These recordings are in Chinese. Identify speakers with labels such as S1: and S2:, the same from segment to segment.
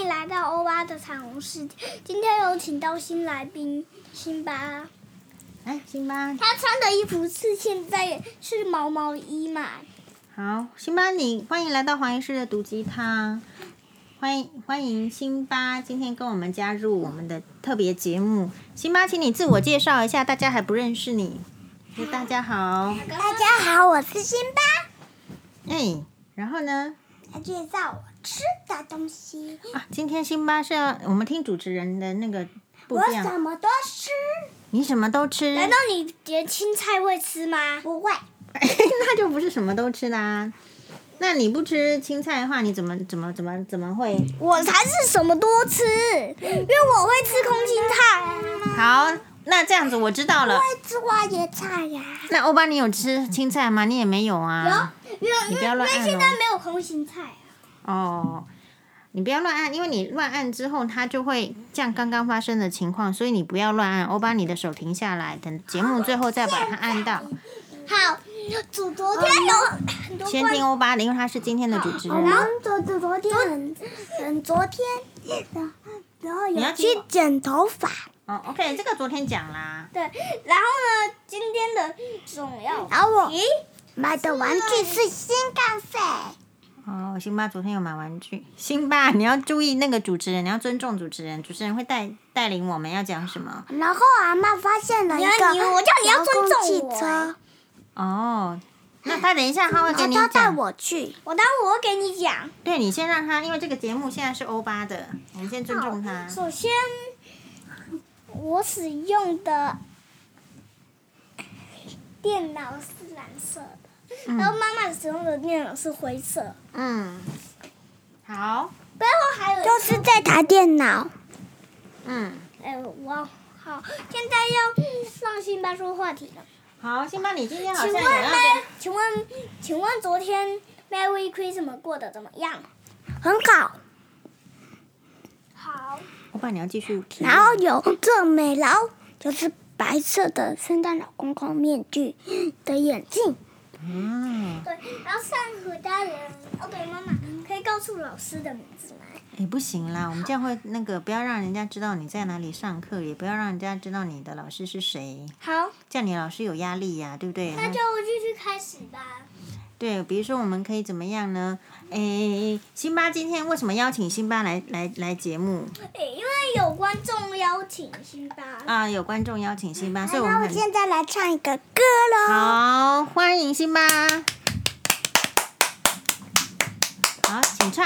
S1: 迎来到欧巴的彩虹世界。今天有请到新来宾辛巴，
S2: 哎，辛巴，
S1: 他穿的衣服是现在是毛毛衣嘛？
S2: 好，辛巴你，欢迎来到黄医师的毒鸡汤，欢迎欢迎辛巴，今天跟我们加入我们的特别节目。辛巴，请你自我介绍一下，大家还不认识你。就大家好，
S1: 大家好，我是辛巴。
S2: 哎，然后呢？
S1: 来介绍我吃的东西，
S2: 啊，今天辛巴是呃要我们听主持人的那个不一样，
S1: 么都吃。
S2: 你什么都吃，
S1: 难道你连青菜会吃吗？不会。
S2: 那就不是什么都吃啦、那你不吃青菜的话，你怎么怎么怎么怎么会？
S1: 我才是什么都吃，因为我会吃空心菜，
S2: 好，那这样子我知道了。
S1: 吃花椰菜呀。
S2: 那欧巴，你有吃青菜吗？你也没有啊。
S1: 有，因为
S2: 你
S1: 因
S2: 不
S1: 为
S2: 要乱按哦
S1: 现在没有空心菜啊。
S2: 哦，你不要乱按，因为你乱按之后，它就会像刚刚发生的情况，所以你不要乱按。欧巴，你的手停下来，等节目最后再把它按到。
S1: 好，昨昨天有很多
S2: 先
S1: 关
S2: 听欧巴的，因为他是今天的主持
S1: 然后
S2: 人。
S1: 昨昨昨天很很昨天，然后然后
S2: 你要
S1: 有
S2: 听
S1: 去
S2: 吗
S1: 剪头发。
S2: 哦，OK，这个昨天讲啦。
S1: 对，然后呢，今天的总要然后我买的玩具是新干线。
S2: 哦，辛巴昨天有买玩具。辛巴，你要注意那个主持人，你要尊重主持人，主持人会带带领我们要讲什么。
S1: 然后阿妈发现了
S3: 一个
S1: 你我叫你要尊
S3: 遥
S1: 重
S3: 控
S1: 我
S3: 汽车。
S2: 哦，那他等一下他会给你
S3: 啊他带
S2: 讲。
S3: 我去，
S1: 我待会我会给你讲。
S2: 对你先让他，因为这个节目现在是欧巴的，我们先尊重他。
S1: 首先，我使用的电脑是蓝色的，然后
S2: 嗯
S1: 妈妈使用的电脑是灰色。
S2: 嗯，好，
S1: 背后还有一
S3: 就是这台电脑。
S2: 嗯，
S1: 哎，我好，现在要上辛巴说话题了。
S2: 好，辛巴，你今天好像
S1: 请
S2: 有
S1: 问
S2: 要
S1: 麦
S2: 跟，
S1: 请问，请问昨天 Merry Christmas 过得怎么样？
S3: 很好，
S1: 好，
S2: 欧巴，你要继续提问。
S3: 然后有这美劳，就是白色的圣诞老公公面具的眼镜，
S2: 嗯，
S1: 对，然后上和大人，哦对，妈妈可以告诉老师的名字吗？
S2: 也哎不行啦，我们这样会那个，不要让人家知道你在哪里上课，也不要让人家知道你的老师是谁，
S1: 好，
S2: 这样你老师有压力呀、对不对？
S1: 那就继续开始吧。
S2: 对，比如说我们可以怎么样呢？诶，辛巴今天为什么邀请辛巴来来来节目
S1: 诶因为有观众邀请辛巴，
S2: 啊？有观众邀请辛
S1: 嗯
S2: 巴，所以我
S3: 那
S2: 们
S3: 我
S2: 很
S3: 现在来唱一个歌喽。
S2: 好欢迎辛巴。好，请唱。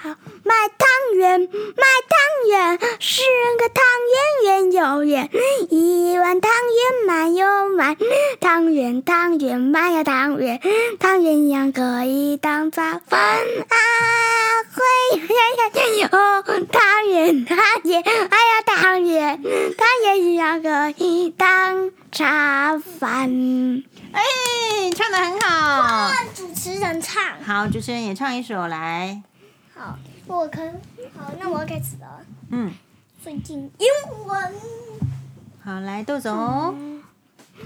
S3: 好，卖汤圆，卖汤圆，十个汤圆圆又圆，一碗汤圆满又满，汤圆汤圆满呀汤圆，汤圆一样可以当早饭啊！会呀呀呀哟，哦汤圆汤圆，哎呀汤圆，汤圆一样可以当茶饭。
S2: 哎，唱的很好。
S1: 换主持人唱。
S2: 好，主持人也唱一首来。
S1: 好，我可好，那我要开始了。
S2: 嗯，
S1: 最近英文，
S2: 好，来豆总。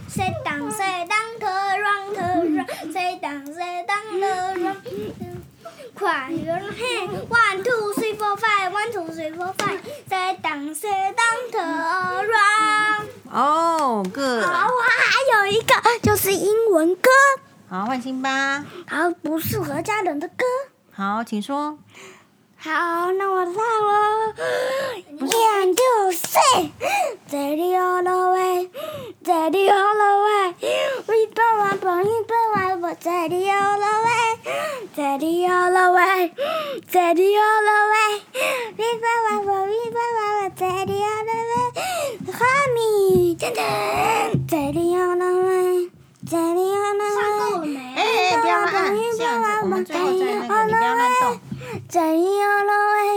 S1: 谁当谁当的 run 的 run，谁当谁当的 run。快有人嘿，one two three four five，one two three four five，谁当谁当的 run。
S2: 哦，
S3: 好，
S2: 个。
S3: 我还有一个就是英文歌，
S2: 好，换辛巴。
S3: 而不适合家人的歌。
S2: 好，请说。
S3: 好，那我唱喽。One, two, three. Daddy all the way, Daddy all the way. We burn one, burn one, burn one, but Daddy all the way, Daddy all the way, Daddy all the way. We burn one, burn one, burn one, but Daddy all the way. Honey, Daddy all the way, Daddy all the
S1: 上
S3: way.
S1: 够了没？
S2: 哎哎，不要乱按，这样子，我们最后再那个，你不要乱动。
S3: Daddy all the way,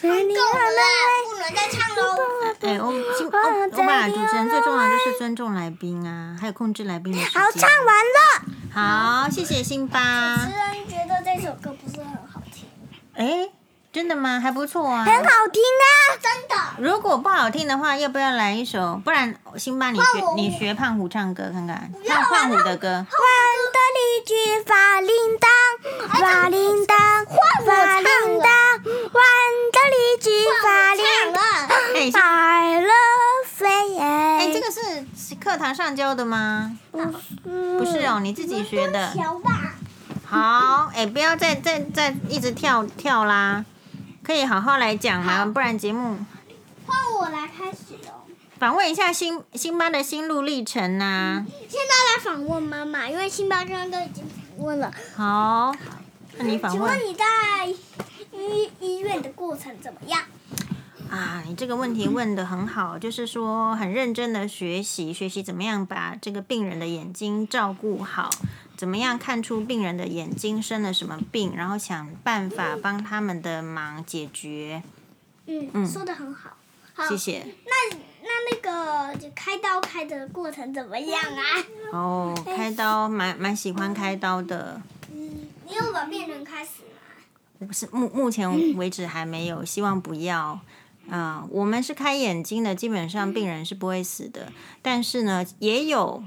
S3: Daddy
S1: 够
S3: all the way.
S1: 了，不能再唱喽。
S2: 哎，我们今哦，我把主持人最重要的就是尊重来宾啊，还有控制来宾的时间。
S3: 好，唱完了。
S2: 好，谢谢辛
S1: 主
S2: 巴
S1: 持。人觉得这首歌不是很好听，
S2: 哎，真的吗？还不错啊。
S3: 很好听啊！
S1: 真的。
S2: 如果不好听的话，要不要来一首？不然，辛巴你
S1: 换我
S2: 学你学胖虎唱歌看看，
S1: 要啊
S2: 看胖虎的歌。
S3: 换的例句法铃铛，法铃铛，
S1: 换我
S3: 法
S1: 唱
S3: 铃
S1: 了
S3: 铛，换的
S2: 哎课堂上教的吗？
S3: 不
S2: 不是
S1: 嗯
S2: 哦，你自己学的。
S1: 小吧，
S2: 好，哎，不要再再再一直跳跳啦，可以好好来讲啦，不然节目
S1: 换我来开始哦。
S2: 访问一下辛辛巴的心路历程啊呐、
S1: 现在来访问妈妈，因为辛巴刚刚都已经访问了。
S2: 好，那你访
S1: 请
S2: 问
S1: 问你在医医院的过程怎么样？
S2: 啊，你这个问题问的很好，就是说很认真的学习，学习怎么样把这个病人的眼睛照顾好，怎么样看出病人的眼睛生了什么病，然后想办法帮他们的忙解决。
S1: 嗯，
S2: 嗯
S1: 说的很好。好，
S2: 谢谢。
S1: 那那那个就开刀开的过程怎么样啊？
S2: 哦，开刀蛮蛮喜欢开刀的。
S1: 嗯，你有把病人开始吗？
S2: 不是目目前为止还没有，希望不要。啊、我们是开眼睛的，基本上病人是不会死的。但是呢，也有，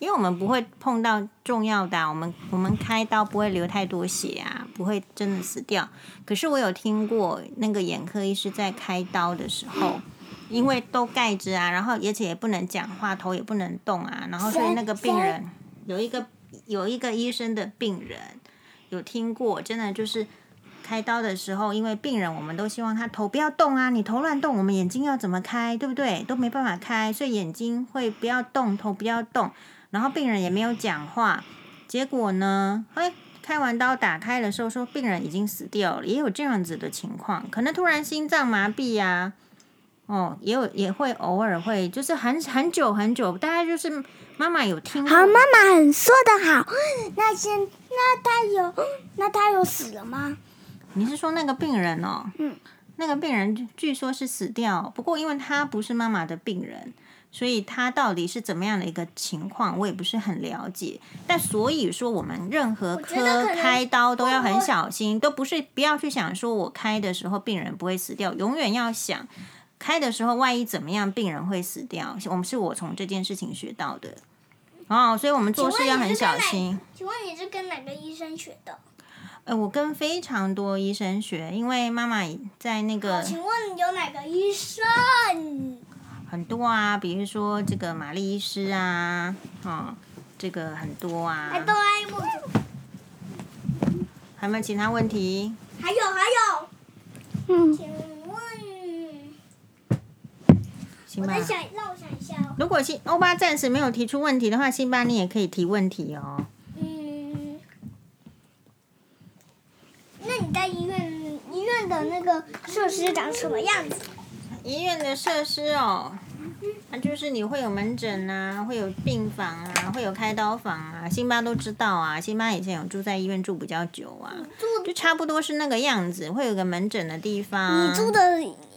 S2: 因为我们不会碰到重要的啊、我们我们开刀不会流太多血啊，不会真的死掉。可是我有听过那个眼科医师在开刀的时候，因为都盖着啊，然后而且也不能讲话，头也不能动啊，然后所以那个病人有一个有一个医生的病人有听过，真的就是。开刀的时候，因为病人我们都希望他头不要动啊，你头乱动，我们眼睛要怎么开，对不对？都没办法开，所以眼睛会不要动，头不要动，然后病人也没有讲话，结果呢，哎，开完刀打开的时候说病人已经死掉了，也有这样子的情况，可能突然心脏麻痹呀、哦，也有也会偶尔会，就是很很久很久，大概就是妈妈有听过
S3: 好，妈妈很说的好。那现那他有那他有死了吗？
S2: 你是说那个病人哦？
S3: 嗯，
S2: 那个病人据据说是死掉，不过因为他不是妈妈的病人，所以他到底是怎么样的一个情况，我也不是很了解。但所以说，我们任何
S1: 我觉得
S2: 科
S1: 可能
S2: 开刀都要很小心，都不是不要去想说我开的时候病人不会死掉，永远要想开的时候万一怎么样，病人会死掉。我们是我从这件事情学到的。哦，所以我们做
S1: 请问
S2: 事要
S1: 你是
S2: 很
S1: 跟
S2: 小
S1: 哪
S2: 心。
S1: 请问你是跟哪个医生学的？
S2: 呃，我跟非常多医生学，因为妈妈在那个
S1: 请问有哪个医生？
S2: 很多啊，比如说这个玛丽医师啊，哦，这个很多啊
S1: 还，哆啦 A 梦，
S2: 还有没有其他问题？
S1: 还有还有，
S3: 嗯，
S1: 请问
S2: 辛
S1: 我
S2: 巴
S1: 在，想，让我想一下哦。
S2: 如果辛欧巴暂时没有提出问题的话，辛巴你也可以提问题哦。
S1: 嗯，那你在医院医院的那个设施长什么样子？
S2: 医院的设施哦，那就是你会有门诊啊，会有病房啊，会有开刀房啊，辛巴都知道啊，辛巴以前有住在医院住比较久啊，
S1: 住
S2: 就差不多是那个样子，会有个门诊的地方。
S1: 你住的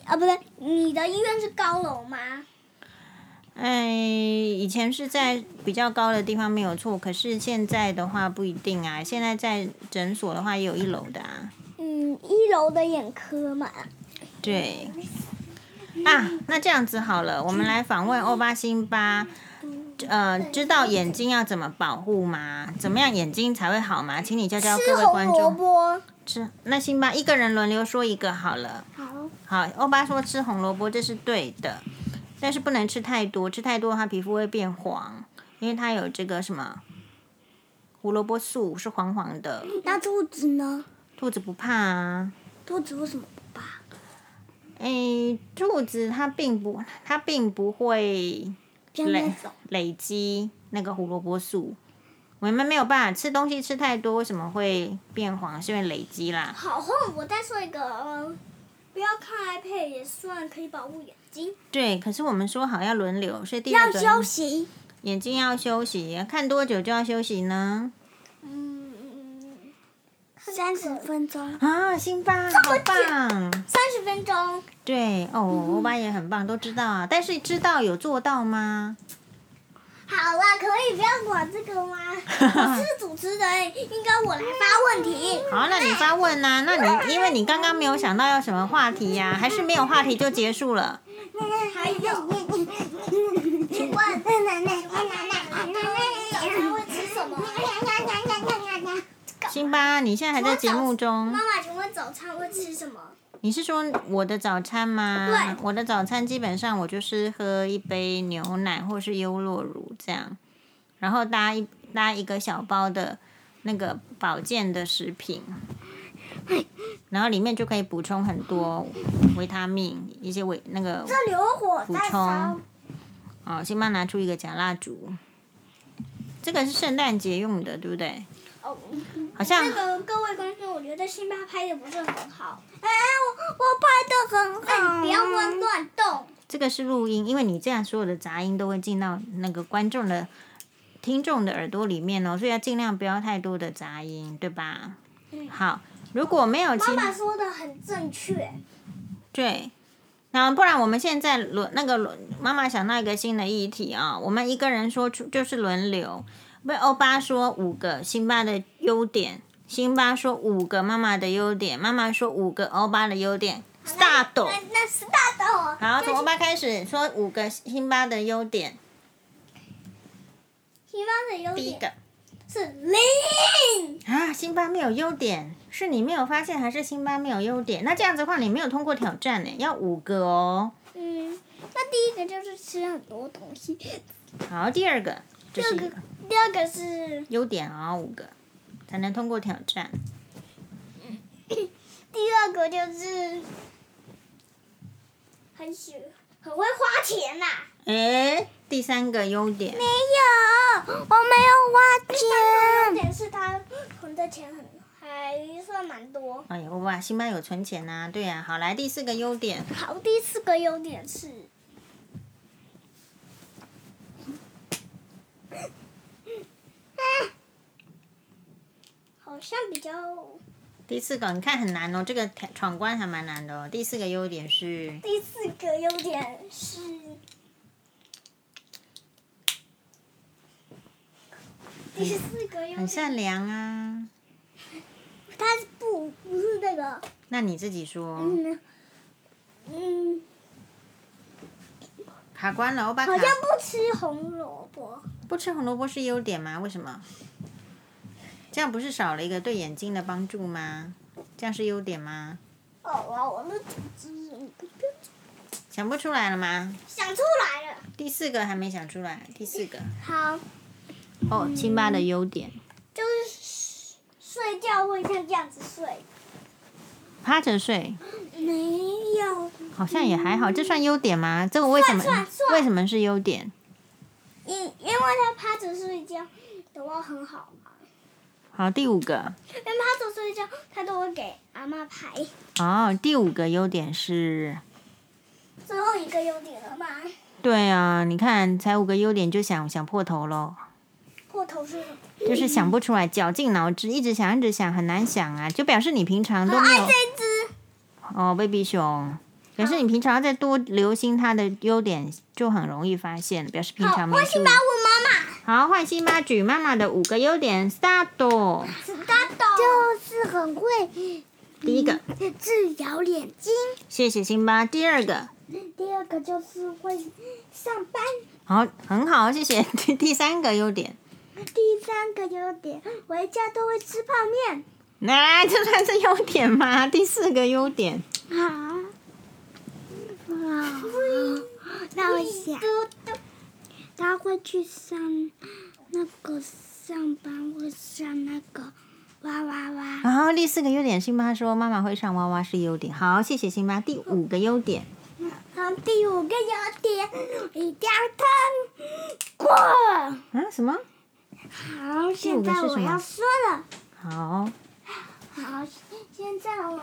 S1: 啊，不对，你的医院是高楼吗？
S2: 哎，以前是在比较高的地方没有错，可是现在的话不一定啊。现在在诊所的话也有一楼的啊。
S1: 嗯，一楼的眼科嘛。
S2: 对。啊，那这样子好了，我们来访问欧巴辛巴。
S1: 嗯
S2: 呃，知道眼睛要怎么保护吗？怎么样眼睛才会好吗？请你教教
S1: 吃
S2: 各位
S1: 红
S2: 观
S1: 萝
S2: 众。
S1: 卜。
S2: 吃那辛巴一个人轮流说一个好了。
S1: 好，
S2: 好，欧巴说吃红萝卜这是对的，但是不能吃太多，吃太多的话皮肤会变黄，因为它有这个什么胡萝卜素是黄黄的，
S3: 那兔子呢？
S2: 兔子不怕啊。
S3: 兔子为什么不怕？
S2: 诶，兔子它并不，它并不会
S3: 像那
S2: 累
S3: 种
S2: 累积那个胡萝卜素。我们没有办法吃东西吃太多，为什么会变黄？是因为累积啦。
S1: 好后我再说一个，呃不要看 iPad 也算可以保护眼睛。
S2: 对，可是我们说好要轮流，所以第
S3: 要
S2: 二个
S3: 休息。
S2: 眼睛要休息，看多久就要休息呢？
S1: 嗯，
S3: 三十分钟，
S2: 啊，辛巴，好棒！
S1: 三十分钟。
S2: 对哦，欧巴也很棒，都知道啊。但是知道有做到吗？
S1: 好了，可以不要管这 个吗？我是主持人，应该我来发问题。
S2: 好，那你发问呐、那你因为你刚刚没有想到要什么话题呀、还是没有话题就结束了？
S1: 还 有，请问奶奶，奶奶，奶奶会吃什么？
S2: 辛巴，你现在还在节目中
S1: 妈。妈，请问早餐会吃什么？
S2: 你是说我的早餐吗？
S1: 对，
S2: 我的早餐基本上我就是喝一杯牛奶或是优酪乳这样，然后搭一搭一个小包的那个保健的食品，然后里面就可以补充很多维他命，一些维那个
S1: 这里有火
S2: 嗯补
S1: 在烧
S2: 充。。哦，辛巴拿出一个假蜡烛，这个是圣诞节用的，对不对？
S1: 哦，
S2: 好像
S1: 那个各位观众，我觉得辛巴拍的不是很好。哎，我我拍的很好。哎，不要乱乱动。
S2: 这个是录音，因为你这样所有的杂音都会进到那个观众的、听众的耳朵里面哦，所以要尽量不要太多的杂音，对吧？
S1: 嗯
S2: 好，如果没有
S1: 妈
S2: 其
S1: 妈说的很正确。
S2: 对，那不然我们现在轮那个轮，妈妈想到一个新的议题啊、我们一个人说出就是轮流，被欧巴说五个辛巴的优点，辛巴说五个妈妈的优点，妈妈说五个欧巴的优点，start。
S1: 那那是大豆。
S2: 好，从欧巴开始说五个辛巴的优点。
S1: 辛巴的优
S2: 第一
S1: 点
S2: 个
S1: 是零。
S2: 啊，辛巴没有优点，是你没有发现，还是辛巴没有优点？那这样子的话，你没有通过挑战呢，要五个哦。
S1: 嗯，那第一个就是吃很多东西，
S2: 好，第二个这是一个
S1: 第二个是
S2: 优点啊、五个才能通过挑战。
S1: 第二个就是很喜很会花钱呐、
S2: 诶，第三个优点
S3: 没有，我没有花
S1: 优
S3: 钱。
S1: 点是他存的钱很还算蛮多。
S2: 哎呦哇，辛巴有存钱呐、对呀、好来，第四个优点，
S1: 好，第四个优点是， 好像比较
S2: 第四个你看很难哦，这个挑闯关还蛮难的哦。第四个优点是
S1: 第四个优点是第四个优
S2: 很
S1: 点，
S2: 善良啊，
S1: 它是不不是那个，
S2: 那你自己说，
S1: 嗯嗯，
S2: 卡关了，欧巴卡
S1: 好像不吃红萝卜，
S2: 不吃红萝卜是优点吗？为什么？这样不是少了一个对眼睛的帮助吗？这样是优点吗？
S1: 哦，我我的组织
S2: 想不出来了吗？
S1: 想出来了，
S2: 第四个还没想出来，第四个
S1: 好。
S2: 哦，辛巴的优点，
S1: 就是睡觉会像这样子睡。
S2: 趴着睡
S1: 没有，
S2: 好像也还好，这算优点吗？这个为什么
S1: 算算算
S2: 为什么是优点？
S1: 因因为他趴着睡觉的话很好嘛，
S2: 好，第五个
S1: 因为趴着睡觉他都会给阿妈拍。
S2: 哦，第五个优点是，
S1: 最后一个优点了嘛，
S2: 对啊，你看才五个优点就想想破头喽。
S1: 破头是什么？
S2: 就是想不出来，绞尽脑汁，一直想，一直想，很难想啊，就表示你平常都没有
S1: 这只
S2: 哦，baby 熊，表示你平常要再多留心它的优点，就很容易发现，表示平
S1: 好，
S2: 常没
S1: 我
S2: 注
S1: 先
S2: 意
S1: 把。我
S2: 好，换辛巴举妈妈的五个优点，start。
S1: 妈妈知道。
S3: 就是很会
S2: 第一个，
S3: 治疗眼睛。
S2: 谢谢辛巴。第二个，
S1: 第二个就是会上班，
S2: 好，很好，谢谢。第第三个优点，
S1: 第三个优点回家都会吃泡面。
S2: 那、这算是优点吗？第四个优点，
S3: 好，哇，那我想
S1: 嘟嘟
S3: 他会去上那个上班，会上那个哇哇哇。
S2: 然后第四个优点，辛巴说妈妈会上娃娃是优点。好，谢谢辛巴。第五个优点。
S1: 好，第五个优点，一定要通过。
S2: 啊？什么？
S1: 好，现在我要说了。
S2: 好，
S1: 好，现在我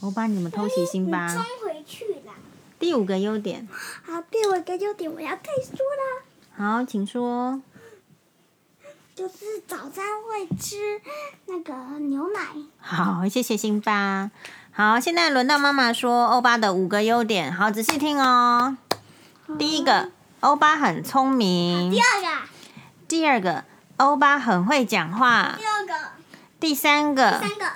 S2: 我把你们偷袭辛巴。
S1: 装回去了。
S2: 第五个优点，
S1: 好，第五个优点我要退出了，
S2: 好，请说。
S1: 就是早餐会吃那个牛奶。
S2: 好，谢谢辛巴。好，现在轮到妈妈说欧巴的五个优点，好，仔细听哦。第一个，欧巴很聪明
S1: 第；二个，
S2: 第二个，欧巴很会讲话
S1: 第；二个，
S2: 第三个
S1: 三，个，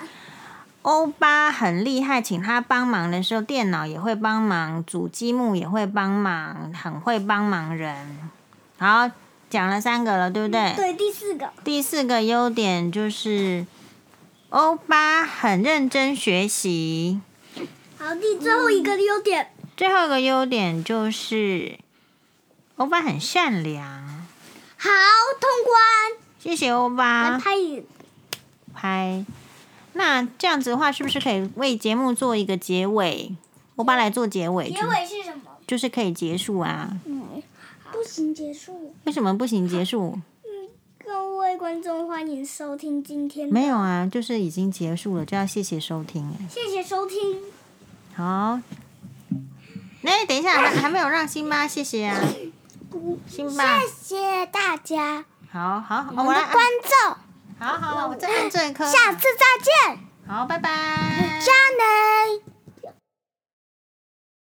S2: 欧巴很厉害，请他帮忙的时候，电脑也会帮忙，主机幕也会帮忙，很会帮忙人。好，讲了三个了，对不对？
S1: 对，第四个，
S2: 第四个优点就是欧巴很认真学习，
S1: 第最后一个优点，
S2: 最后一个优点就是欧巴很善良，
S1: 好通关。
S2: 谢谢欧巴
S1: 那他也
S2: 拍。那这样子的话，是不是可以为节目做一个结尾？欧巴来做结尾，就
S1: 是什么？
S2: 就是可以结束啊？
S3: 不行，结束。
S2: 为什么不行结束？
S1: 各位观众，欢迎收听今天的，
S2: 没有啊，就是已经结束了，就要谢谢收听哎。
S1: 谢谢收听。
S2: 好，那等一下还还没有让辛巴谢谢啊，辛巴，
S3: 谢谢大家，
S2: 好好，
S3: 我
S2: 我
S3: 们
S2: 来
S3: 的
S2: 按，
S3: 观众，
S2: 好好，我再按这一颗，
S3: 下次再见，
S2: 好，拜拜，
S3: 加能。